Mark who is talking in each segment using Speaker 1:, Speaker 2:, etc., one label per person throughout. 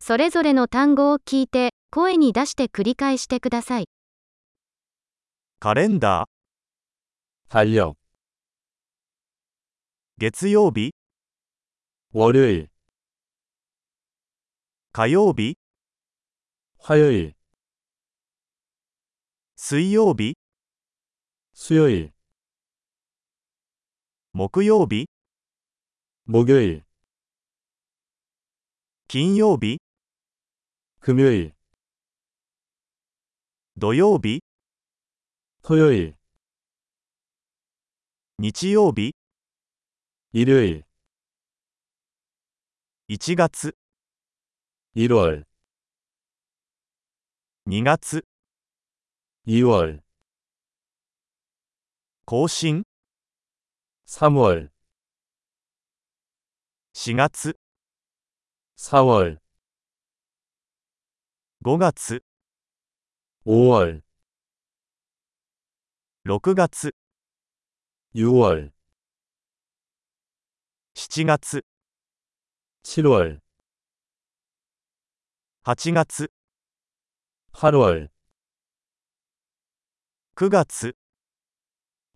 Speaker 1: それぞれの単語を聞いて、声に出して繰り返してください。
Speaker 2: カレンダー、
Speaker 3: 달력,
Speaker 2: 月曜日、
Speaker 3: 월요일,
Speaker 2: 火曜日、
Speaker 3: 화요일,
Speaker 2: 水曜日、
Speaker 3: 수요일,
Speaker 2: 木曜日、
Speaker 3: 목요일,
Speaker 2: 金曜日、
Speaker 3: 금요일,
Speaker 2: 土曜日、
Speaker 3: 토요일,
Speaker 2: 日曜日、
Speaker 3: 일요일,
Speaker 2: 1月、
Speaker 3: 1월,
Speaker 2: 2月、
Speaker 3: 2월,
Speaker 2: 更新、
Speaker 3: 3월,
Speaker 2: 4月、
Speaker 3: 4월,
Speaker 2: 5月、
Speaker 3: 5월,
Speaker 2: 6月、
Speaker 3: 6월,
Speaker 2: 7月、
Speaker 3: 7월,
Speaker 2: 8月、
Speaker 3: 8월,
Speaker 2: 9月、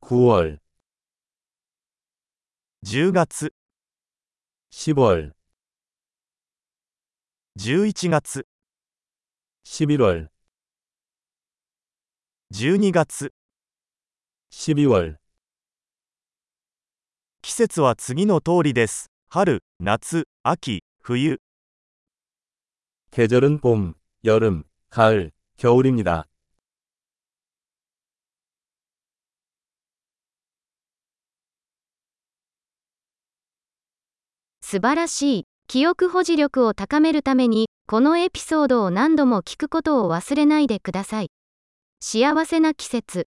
Speaker 3: 9월,
Speaker 2: 10月、
Speaker 3: 10월,
Speaker 2: 11月、
Speaker 3: 11월,
Speaker 2: 12月、
Speaker 3: 12월,
Speaker 2: 季節は次の通りです。春、夏、秋、冬。
Speaker 3: 계절은 봄, 여름, 가을, 겨울입니다.
Speaker 1: 素晴らしい。記憶保持力を高めるために、このエピソードを何度も聞くことを忘れないでください。幸せな季節。